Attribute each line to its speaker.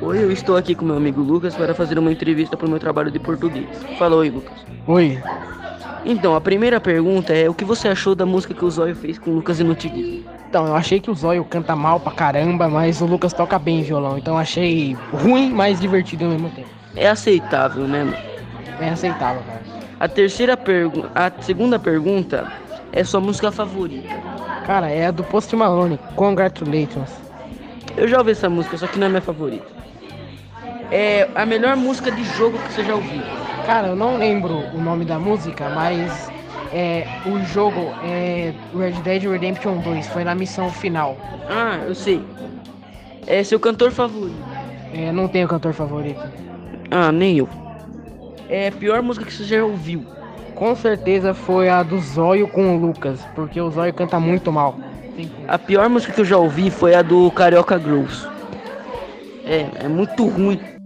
Speaker 1: Oi, eu estou aqui com meu amigo Lucas para fazer uma entrevista para o meu trabalho de português. Fala oi, Lucas.
Speaker 2: Oi,
Speaker 1: Então, a primeira pergunta é o que você achou da música que o Zóio fez com o Lucas Inutilismo?
Speaker 2: então eu achei que o Zóio canta mal pra caramba, mas o Lucas toca bem violão, então achei ruim, mas divertido ao mesmo tempo.
Speaker 1: É aceitável, né, mano?
Speaker 2: É aceitável, cara.
Speaker 1: A terceira pergunta, a segunda pergunta é sua música favorita.
Speaker 2: Cara, é a do Post Malone, Congratulations.
Speaker 1: Eu já ouvi essa música, só que não é minha favorita. É a melhor música de jogo que você já ouviu.
Speaker 2: Cara, eu não lembro o nome da música, mas é, o jogo é Red Dead Redemption 2, foi na missão final.
Speaker 1: Ah, eu sei. É seu cantor favorito.
Speaker 2: É, não tenho cantor favorito.
Speaker 1: Ah, nem eu. É a pior música que você já ouviu.
Speaker 2: Com certeza foi a do Zóio com o Lucas, porque o Zóio canta muito mal.
Speaker 1: A pior música que eu já ouvi foi a do Carioca Gross. É, é muito ruim.